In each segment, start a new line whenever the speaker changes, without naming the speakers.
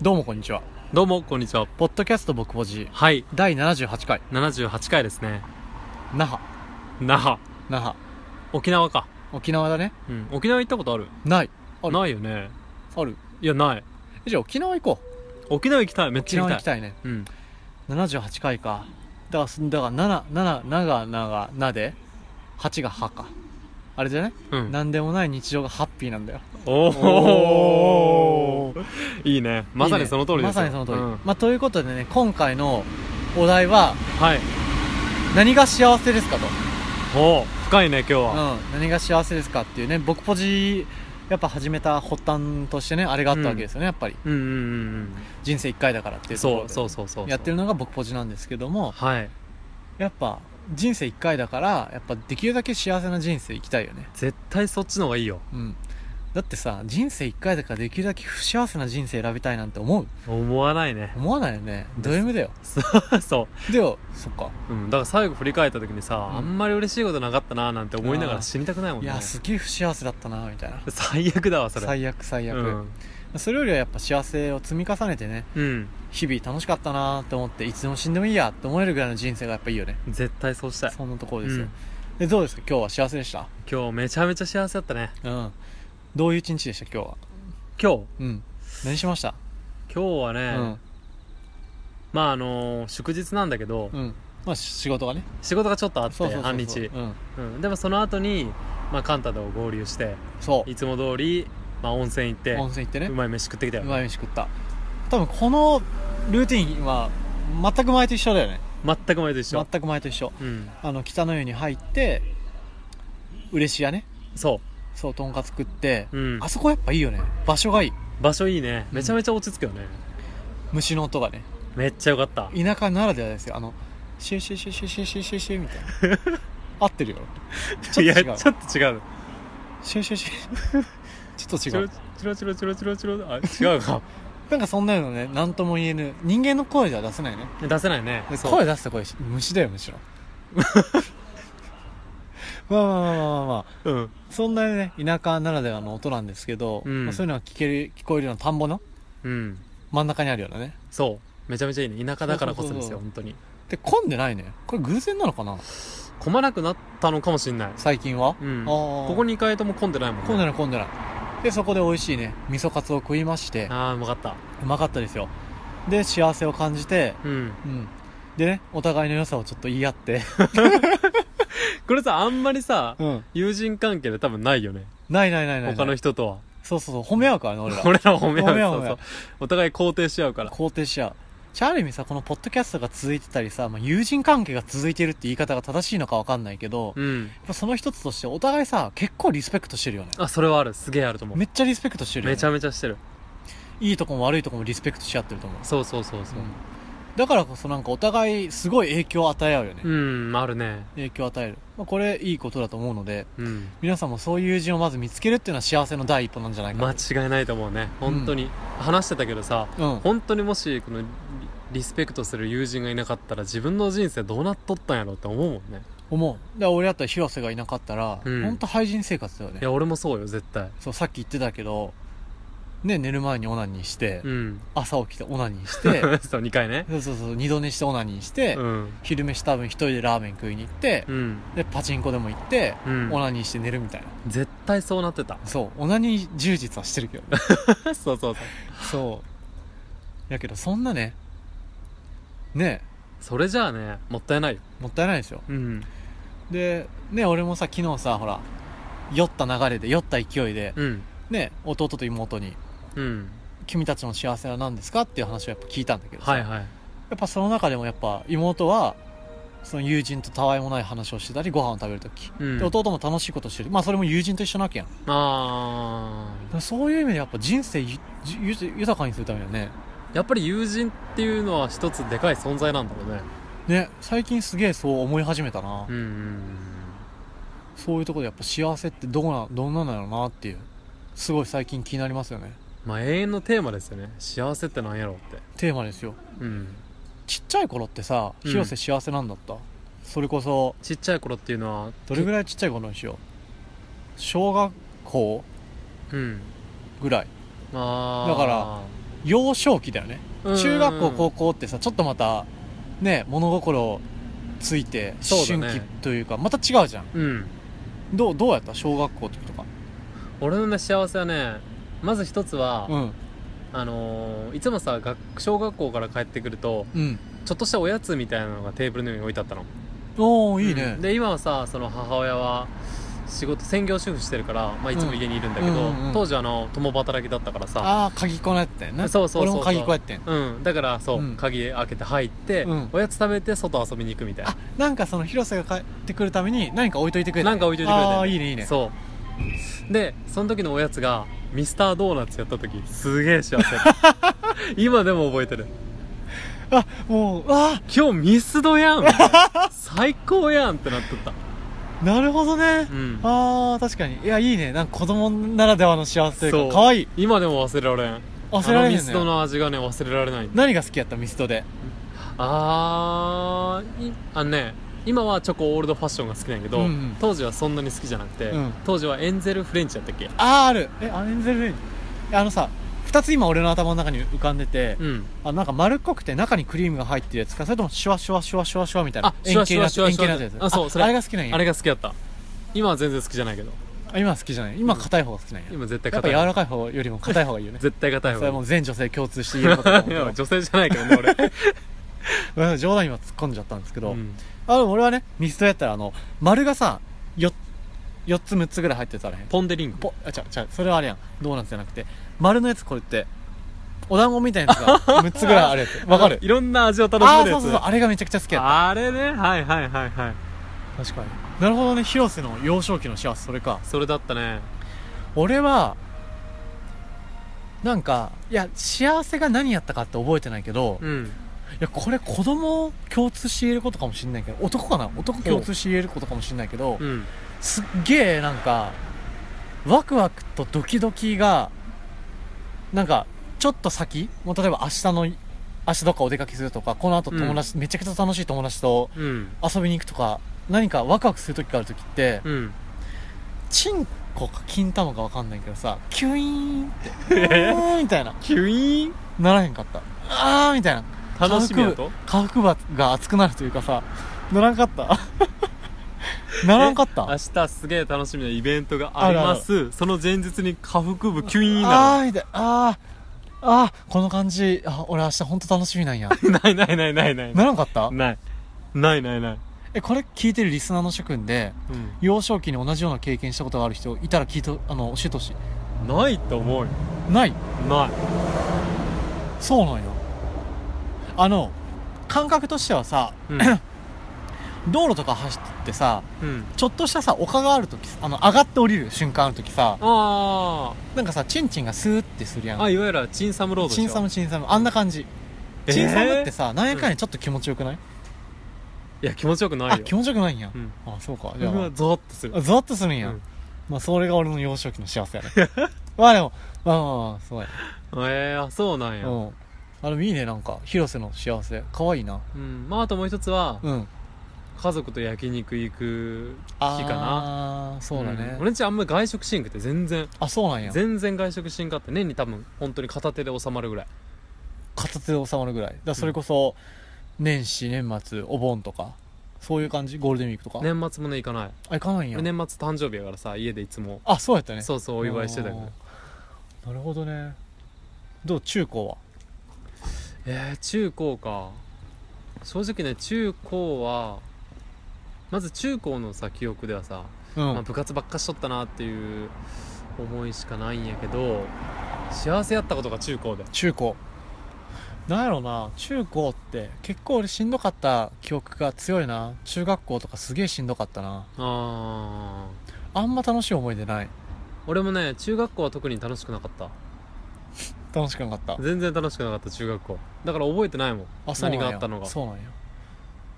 どうもこんにちは。
どうもこんにちは
ポッドキャスト僕ポジ
はい
第78回
78回ですね
那覇
那覇
那覇
沖縄か
沖縄だね。
うん沖縄行ったことある
ないある
ないよね
ある。
いやない
えじゃあ沖縄行こ
沖縄行きたいめっ
う。
ち
沖縄
ゃ行
行
き
き
たい
たいね。
うん
78回か。だからすだから7 7 7が7なで8が8か。あれじゃない？
うん
なんでもない日常がハッピーなんだよ。
お
お
おいいねまさにその通りです
いいねまさにその通り。
うん
まあということでね今回のお題は
はい
何が幸せですかと。
おー深いね今日は
うん、何が幸せですかっていうね僕ポジやっぱ始めた発端としてねあれがあったわけですよね、やっぱり
うんうんうん
人生1回だからってい
うん
うところ
そう
で
そうそうそう
やってるのが僕ポジなんですけども
はい
やっぱ人生1回だからやっぱできるだけ幸せな人生生きたいよね
絶対そっちの方がいいよ
うんだってさ人生1回だからできるだけ不幸せな人生選びたいなんて思う
思わないね
思わないよねド M だよ
そ
でもそっか
う、うん、だから最後振り返った時にさ、
ん
あんまり嬉しいことなかったななんて思いながら死にたくないも
い
んね
やすげえ不幸せだったなみたいな
最悪だわそれ
最悪最悪、
うん
それよりはやっぱ幸せを積み重ねてね
うん
日々楽しかったなーって思っていつでも死んでもいいやって思えるぐらいの人生がやっぱいいよね
絶対そうしたい
そんなところですよ、
うん
でどうですか今日は幸せでした
今日めちゃめちゃ幸せだったね
うんどういう一日でした今日は
今日
うん何しました
今日は
う
ね、
ん
まああのー祝日なんだけど、
うんまあし仕事がね
仕事がちょっとあって
そうそうそうそう
半日、
うん
うん、でもその後にまあカンタと合流して
そ
いつも通りまあ温泉行って
う温泉行ってね
うまい飯食ってきたよ
う
ね
まい飯食った多分このルーティンは全く前と一緒だよね
全く前と一緒、
全く前と一緒
うん
あの北の湯に入って嬉しいやね
そ
そうとんかつ食って、
う、うん
あ、そこやっぱいいよね場所がいい
場所いいねめちゃめちゃ落ち着くよね、
虫の音がね
めっちゃよかった
田舎ならではですよあのシューシューシューシューシューシューシューシューみたいな 合ってるよち
い
ょっ
や
と違う
ちょっと違う
シューシューシュー ち
チ
ょっと違
ロ
う
チロチロチロチロチロあ違 うか
なんかそんなのね何とも言えぬ人間の声では出せないね
出せないね
で
そう
声出すと声虫だよむ しろまあまあまあまあまあ
うん
そんなね田舎ならではの音なんですけど、
うん
まあそういうのが聞ける聞こえるような田んぼの
うん
真ん中にあるようなね
そうめちゃめちゃいいね田舎だからこそです
そうそうそう
よ本当に
で混んでないねこれ偶然なのかな
混まなくなったのかもしんない
最近は、
うん
あー
ここに2回とも混んでないもんね
混んでない混んでないでそこで美味しいね味噌カツを食いまして
ああうまかった
うまかったですよで幸せを感じて
うん
うんでねお互いの良さをちょっと言い合って
これさあんまりさ
うん
友人関係で多分ないよね
ないないないないない
他の人とは
そうそうそう褒め合うからね俺ら
俺ら褒め
褒め合
合
う褒
うそ
め合
うそううお互い肯定し合うから
肯定し合うじゃあある意味さこのポッドキャストが続いてたりさ、まあ、友人関係が続いてるって言い方が正しいのかわかんないけど、や
うん
っぱその一つとしてお互いさ結構リスペクトしてるよね
あそれはあるすげえあると思う
めっちゃリスペクトしてるよ、ね、
めちゃめちゃしてる
いいとこも悪いとこもリスペクトし合ってると思う、
そうそうそうそう
うんだからこそなんかお互いすごい影響を与え合うよね、
うんあるね
影響を与える、まあ、これいいことだと思うので
うん
皆さんもそういう友人をまず見つけるっていうのは幸せの第一歩なんじゃないか
間
な
違いないと思うね本当に話してたけどさ
うん
本当にもしこのリリスペクトする友人がいなかったら自分の人生どうなっとったんやろって思うもんね
思うで俺だったら広瀬がいなかったら、ほ、
うんん
本当廃人生活だよね
いや俺もそうよ絶対
そうさっき言ってたけどね寝る前にオナニーして、
うん
朝起きてオナニーして
そう2回ね
そうそうそう二度寝してオナニーして、
うん
昼飯多分一人でラーメン食いに行って
う、ん
でパチンコでも行って、
うん
オナニーして寝るみたいな
絶対そうなってた
そうオナニー充実はしてるけどね
そうそうそう
そうやけどそんなねね
それじゃあねもったいないよ
もったいないですよ
うん
でね俺もさ昨日さほら酔った流れで酔った勢いで、
うん
ね弟と妹に
うん
「君たちの幸せは何ですか?」っていう話をやっぱ聞いたんだけどさ、
はいはい
やっぱその中でもやっぱ妹はその友人とたわいもない話をしてたりご飯を食べるとき、
うん
で弟も楽しいことしてるまあそれも友人と一緒なわけやんだか
あ
らそういう意味でやっぱ人生ゆじゆ豊かにするためにはね
ーやっぱり友人っていうのは一つでかい存在なんだろうね
ね最近すげえそう思い始めたな、
うんうん
そういうところでやっぱ幸せってどうなどんなんだろうなっていうすごい最近気になりますよね
まあ永遠のテーマですよね幸せってなんやろうって
テーマですよ
うん
ちっちゃい頃ってさ
うん
広瀬幸せなんだった、それこそ
ちっちゃい頃っていうのは
どれぐ
らい
らいちっちゃい頃にしよう小学校
うん
ぐらい
ああ
だから幼少期だよね
うん
中学校高校ってさちょっとまたね物心ついて
そう
思
だね
春期というかまた違うじゃん
うん
どうどうやった小学校の時とか
俺のね幸せはねまず一つは、
うん
あのーいつもさ学小学校から帰ってくると
うん
ちょっとしたおやつみたいなのがテーブルの上に置いてあったの
おおいいね、
うんで今はさその母親は仕事専業主婦してるから、まあ、いつも家にいるんだけど、
うんうんうん
当時はあの共働きだったからさ
ああ鍵っ子のやったよね
そうそうそうそう
俺も鍵っ子やってん
うんだからそう、
うん
鍵開けて入って、
うん
おやつ食べて外遊びに行くみたい
あなんかその広瀬が帰ってくるために何か置いといてくれた
ななんか置いといてくれて
ああいいねいいね
そうでその時のおやつがミスタードーナツやった時すげえ 幸せ今でも覚えてる
あもうあ
今日ミス ドやんみたいな最高やんってなっとった
あなるほどね、
うん
ああ確かにいやいいねなんか子供ならではの幸せというかかわいい
今でも忘れられん
忘れら
あ
れへ
のミ
ん
ス
ね
ドの味がね忘れられない
何が好きやったミストで
あーいあのね今はチョコオールドファッションが好きなんやけど、
うんうん
当時はそんなに好きじゃなくて、
うん
当時はエンゼルフレンチやったっけ
あああるえアレンゼルレンジあのさ2つ今俺の頭の中に浮かんでて、
うん
あなんか丸っこくて中にクリームが入ってるやつかそれともシュワシュワシュワシュワシュワみたいな
あシュワシュワ
円形な
シュワシュワ
円形なやつ
あそうそれ
あれが好きなんや
あれが好きだった今は全然好きじゃないけど
あ今は好きじゃない今硬い方が好きなんや、
今絶対
やっ
硬
ぱ
い
柔らかい方よりも硬い方がいい よね
絶対硬い
それ
方がい
はもう全女性共通して言えることだと
いい
思
や
うけ
女性じゃないけどね俺、
ど うん冗談今突っ込んじゃったんですけど、
うん
あでも俺はねミストやったらあの丸がさ 4, 4つ6つぐらい入ってたらへん
ポン・デ・リング
ポあ違う違うそれはあれやんドーナツじゃなくて丸のやつこれってお団子みたいなやつが 6つぐらいあるやつわかる
いろんな味を楽し
あ
め
あ
る
そ
や
う
つ
そうそうあれがめちゃくちゃ好きやっ
あれねはいはいはいはい
た確かになるほどね広瀬の幼少期の幸せそれか
それだったね
俺はなんかいや幸せが何やったかって覚えてないけど、い
うん
やこれ子供共通して言えることかもしんないけど男かな男共通して言えることかもしんないけど、
うん
すっげえなんかワクワクとドキドキがなんかちょっと先もう例えば明日の明日どっかお出かけするとかこの後友達、めちゃくちゃ楽しい友達と
うん
遊びに行くとか何かワクワクする時がある時って、
うん
チンコか金玉かわかんないけどさキュイーンってうーんみたいな
キュイーン
ならへんかったあーみたいな
楽しみやと
下腹部が熱くなるというかさならんかったならんかった
明日すげえ楽しみなイベントがありますその前日に下腹部キュイーン
あ
な
ーみたいなあーあーこの感じあ俺明日本当楽しみ なんや
のないないないないない
ならんかった
ないないないない
えこれ聞いてるリスナーの諸君で
う
幼少期に同じような経験したことがある人いたら聞いとあの教えてほしい
んないと思うよ
ない
ない
そうなんよあの感覚としてはさ
うん
道路とか走ってさ
うん
ちょっとしたさ丘がある時あの上がって降りる瞬間ある時さ
あ
なんかさチンチンがスーってするや
ーあ
ん
いわゆるチンサムロードでしょ
チンサムチンサムあんな感じ、
えー
チンサムってさなんやかんやちょっと気持ちよくない、
いや気持ちよくない
あ
よ
気持ちよくないんや、
うん
あそうかじゃ
うわ
あ
ゾワッとする
あゾワッとするんや、
うん
まあそれが俺の幼少期の幸せ やねまあでもまあまあまあそうや
えー、あそうなんや
うんあでもいいねなんか広瀬の幸せかわいいな
うんまああともう一つは
うん
家族と焼肉行く日
あ
かな
あーそうだね、
ん俺んちあんま外食シーンクって全然
あそうなんや
全然外食シーンクあって年に多分本当に片手で収まるぐらい
片手で収まるぐらいだからそれこそ年始年末お盆とかそういう感じゴールデンウィークとか、
年末もね行かない
あ行かないんや
俺年末誕生日やからさ家でいつも
あそうやったね
そうそうお祝いしてたけど
あーなるほどねどう中高は
えー、中高か正直ね中高はまず中高のさ記憶ではさ、
うん、
まあ、部活ばっかしとったなっていう思いしかないんやけど幸せやったことが中高で
中高なんやろな中高って結構俺しんどかった記憶が強いな中学校とかすげえしんどかったな
あー
あんま楽しい思い出ない
俺もね中学校は特に楽しくなかった
楽しくなかった
全然楽しくなかった中学校だから覚えてないもん
あそうな
何
ん
が
や
あったのが
そうなんや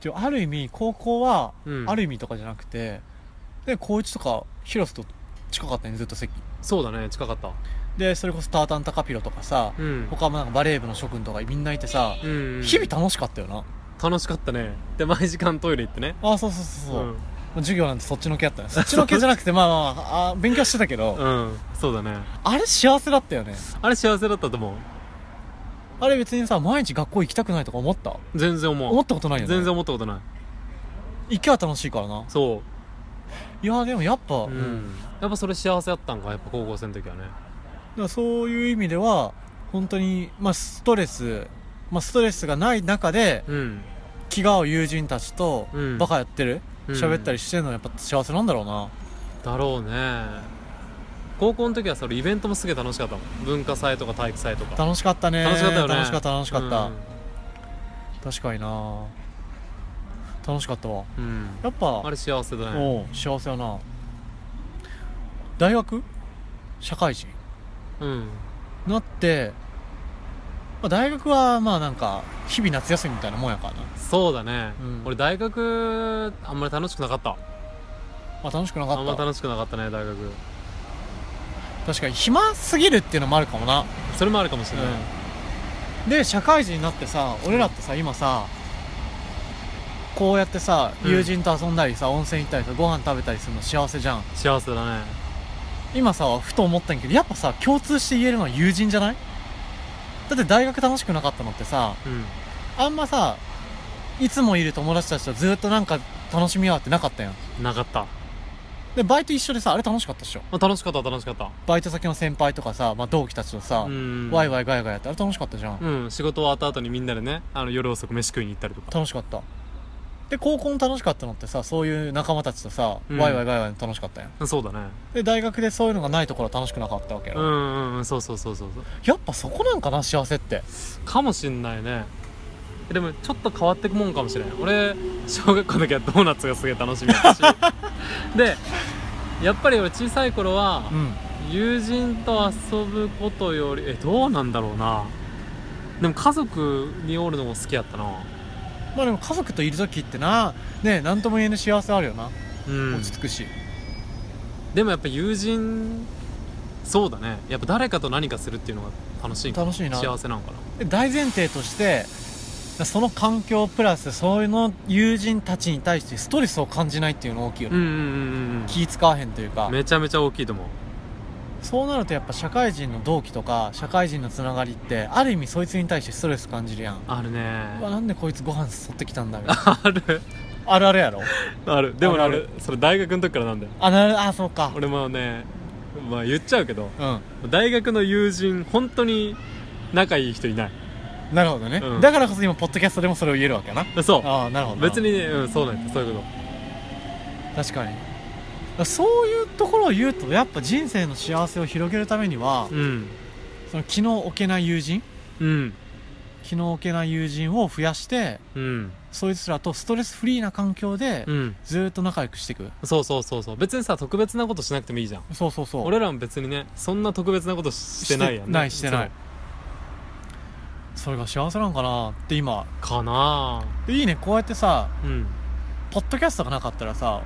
でもある意味高校は、
うん
ある意味とかじゃなくてで高一とか広瀬と近かったねずっと席
そうだね近かった
でそれこそタータンタカピロとかさ、
うん、
他もなんかバレー部の諸君とかみんないてさ、
うん、
日々楽しかったよな
楽しかったねで毎時間トイレ行ってね
あそうそうそうそう、
うん
授業なんてそっちのけやったねそっちのけじゃなくてまあまあ,、まあ、あ勉強してたけど、
うんそうだね
あれ幸せだったよね
あれ幸せだったと思う
あれ別にさ毎日学校行きたくないとか思った
全然思う
思ったことないよね
全然思ったことない
行きゃ楽しいからな
そ
いやでもやっぱ、
う、う
だか
ん、やっぱそれ幸せやったんかやっぱ高校生の時はね
らそういう意味では本当にまあストレスまあストレスがない中で
うん
気が合う友人たちと
うん
バカやってる
うん
喋、ったりしてるのはやっぱ幸せなんだろうな
だろうね高校の時はそれイベントもすげえ楽しかったもん文化祭とか体育祭とか
楽しかったね
楽しかったよね
楽しかった楽しかった、
うん
確かにな楽しかったわ
うん
やっぱ
あれ幸せだね
おう幸せやな大学社会人
うん
なって、まあ、大学はまあなんか日々夏休みみたいなもんやからな、
そうだね、
うん
俺大学あんまり楽しくなかった
まあ、楽しくな
あ
か
ん
っ
ま
た
楽しくなかったね大学
確かに暇すぎるっていうのもあるかもな、
それもあるかもしれない、
うん、で社会人になってさ俺らってさ今さこうやってさ
うん
友人と遊んだりさ、温泉行ったりさご飯食べたりするの幸せじゃん
幸せだね
今さふと思ったんやけどやっぱさ共通して言えるのは友人じゃないだって大学楽しくなかったのってさ
うん
あんまさいつもいる友達たちとずっとなんか楽しみ合うってなかったやん
なかった、
でバイト一緒でさあれ楽しかったっしょ
まあ、楽しかった楽しかった
バイト先の先輩とかさ、まあ、同期たちとさ、
うん
ワイワイガヤガヤやってあれ楽しかったじゃん、
うん仕事終わった後にみんなでねあの夜遅く飯食いに行ったりとか
楽しかったで高校の楽しかったのってさそういう仲間たちとさ、
うん
ワイワイガヤガヤ楽しかったやん
そうだね
で大学でそういうのがないところは楽しくなかったわけや
う
ろ、
んうんうんそうそうそうそうそう
やっぱそこなんかな幸せって
かもしんないねでもちょっと変わってくもんかもしれん俺小学校の時はドーナツがすげえ楽しみ だったしでやっぱり俺小さい頃は
うん
友人と遊ぶことよりえどうなんだろうなでも家族におるのも好きやったな
まあでも家族といる時ってなねえ何とも言えぬ幸せあるよな、
うん
落ち着くし
でもやっぱ友人そうだねやっぱ誰かと何かするっていうのが楽しいんか
楽しいな
幸せなのかな
で大前提としてその環境プラスそういうの友人たちに対してストレスを感じないっていうの大きいよね、
うんうんうん
気使わへんという
う
か
んめちゃめちゃ大きいと思う
そうなるとやっぱ社会人の同期とか社会人のつながりってある意味そいつに対してストレス感じるやん
あるね
うわなんでこいつご飯誘ってきたんだみたい な
ある
あるあるやろ
あるでもね
あ
あ
るある
れそれ大学の時からなんだよ
あなるあそうか
俺もねまあ言っちゃうけど
う
大学の友人本当に仲いい人いない
んなるほどね、
うん
だからこそ今ポッドキャストでもそれを言えるわけやな
そう
ああなるほどな
別にね、うん、そうなんですそういうこ
確かにだからそういうところを言うとやっぱ人生の幸せを広げるためには
とうん
その気の置けない友人
うん
気の置けない友人を増やして
うん
そいつらとストレスフリーな環境で
うん
ずーっと仲良くしていく、
そうそうそうそう別にさ特別なことしなくてもいいじゃん
そうそうそう
俺らも別にねそんな特別なことししてないやん、ね、
ないしてない
そ
それが幸せなんかなって今
うかな
でいいねこうやってさ
ぁうん
ポッドキャストがなかったらさ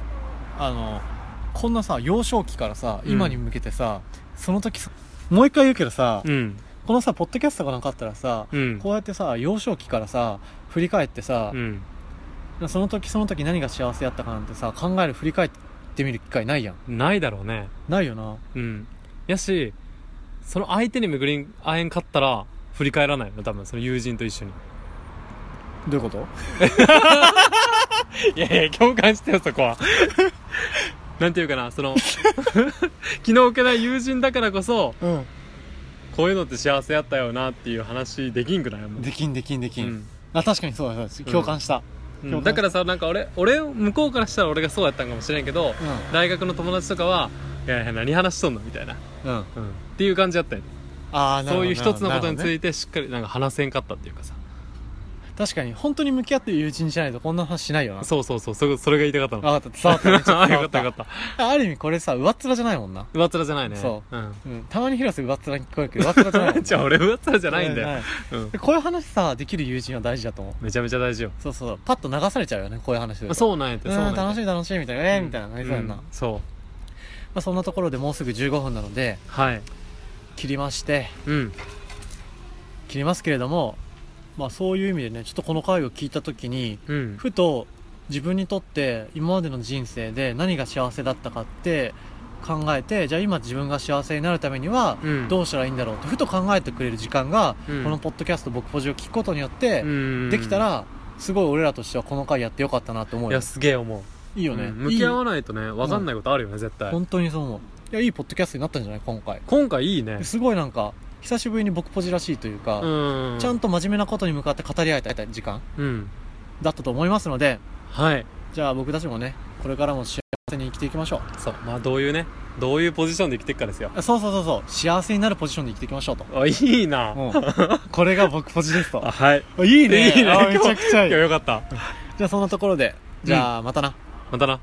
あのこんなさ幼少期からさ
うん
今に向けてさ、その時さもう一回言うけどさ、
うん
このさポッドキャストがなかったらさ、
うん
こうやってさ幼少期からさ振り返ってさ
う、ん
その時その時何が幸せやったかなんてさ考える振り返ってみる機会ないやん
ないだろうね
ないよな
うんやしその相手に巡り会えんかったら振り返らないよね多分その友人と一緒に
どういうこと
いやいや共感してよそこは なんていうかなその 気の置けない友人だからこそ
うん
こういうのって幸せやったよなっていう話できんくないもん
できんできんできん、
うん
あ確かにそうだそうだ共感した、
うん
共感
だからさなんか俺俺向こうからしたら俺がそうやったんかもしれんけど、
う
大学の友達とかは「いやいや何話しとんの?」みたいな、
うん
っていう感じだったよね
ああなる
そ
ほど
ういう一つのことに
なるほ
つ
どね
いてしっかりなんか話せんかったっていうかさ
確かに本当に向き合ってる友人じゃないとこんな話しないよな
そうそうそうそれそれが言いたかったの
あ分かった伝わ った
よかったよかった
たある意味これさ上っ面じゃないもんな、
上っ面じゃないね、
そう
ん、
うん、たまに広瀬上っ面に聞こえるけど上っ面じゃない もん
じゃあ俺上っ面じゃないんだよ、うん
で、こういう話さできる友人は大事だと思う
めちゃめちゃ大事よ
そうそうパッと流されちゃうよねこういう話で
そうなんやて
う
そうなん
ん
やて
楽しい楽しいみたいなええ
うん
みたいななりそうやんな、
うん
ま
そう
あ、そんなところでもうすぐ15分なので
はい
切りまして
うん
切りますけれどもまあそういう意味でねちょっとこの回を聞いた時に
うん
ふと自分にとって今までの人生で何が幸せだったかって考えてじゃあ今自分が幸せになるためには
うん
どうしたらいいんだろうってふと考えてくれる時間が、
うん
このポッドキャスト僕ポジを聞くことによって
う、ん
できたらすごい俺らとしてはこの回やってよかったなって思う
い
よ
やすげえ思う
いいよね、
うん
い
向
い
き合わないとね分かんないことあるよね絶対
本当にそう思ういやいいポッドキャストになったんじゃない今回
今回いいね
すごいなんか久しぶりに僕ポジらしいというか、
うん
ちゃんと真面目なことに向かって語り合えた時間
うん
だったと思いますので
はい
じゃあ僕たちもねこれからも幸せに生きていきましょう
そうまあどういうねどういうポジションで生きていくかですよ
あそうそうそうそう幸せになるポジションで生きていきましょうと
あいいな
うんこれが僕ポジですと
あはい
あいい
いいね
あめちゃくちゃいい
今日よかった
じゃあそんなところでじゃあまたな、
またな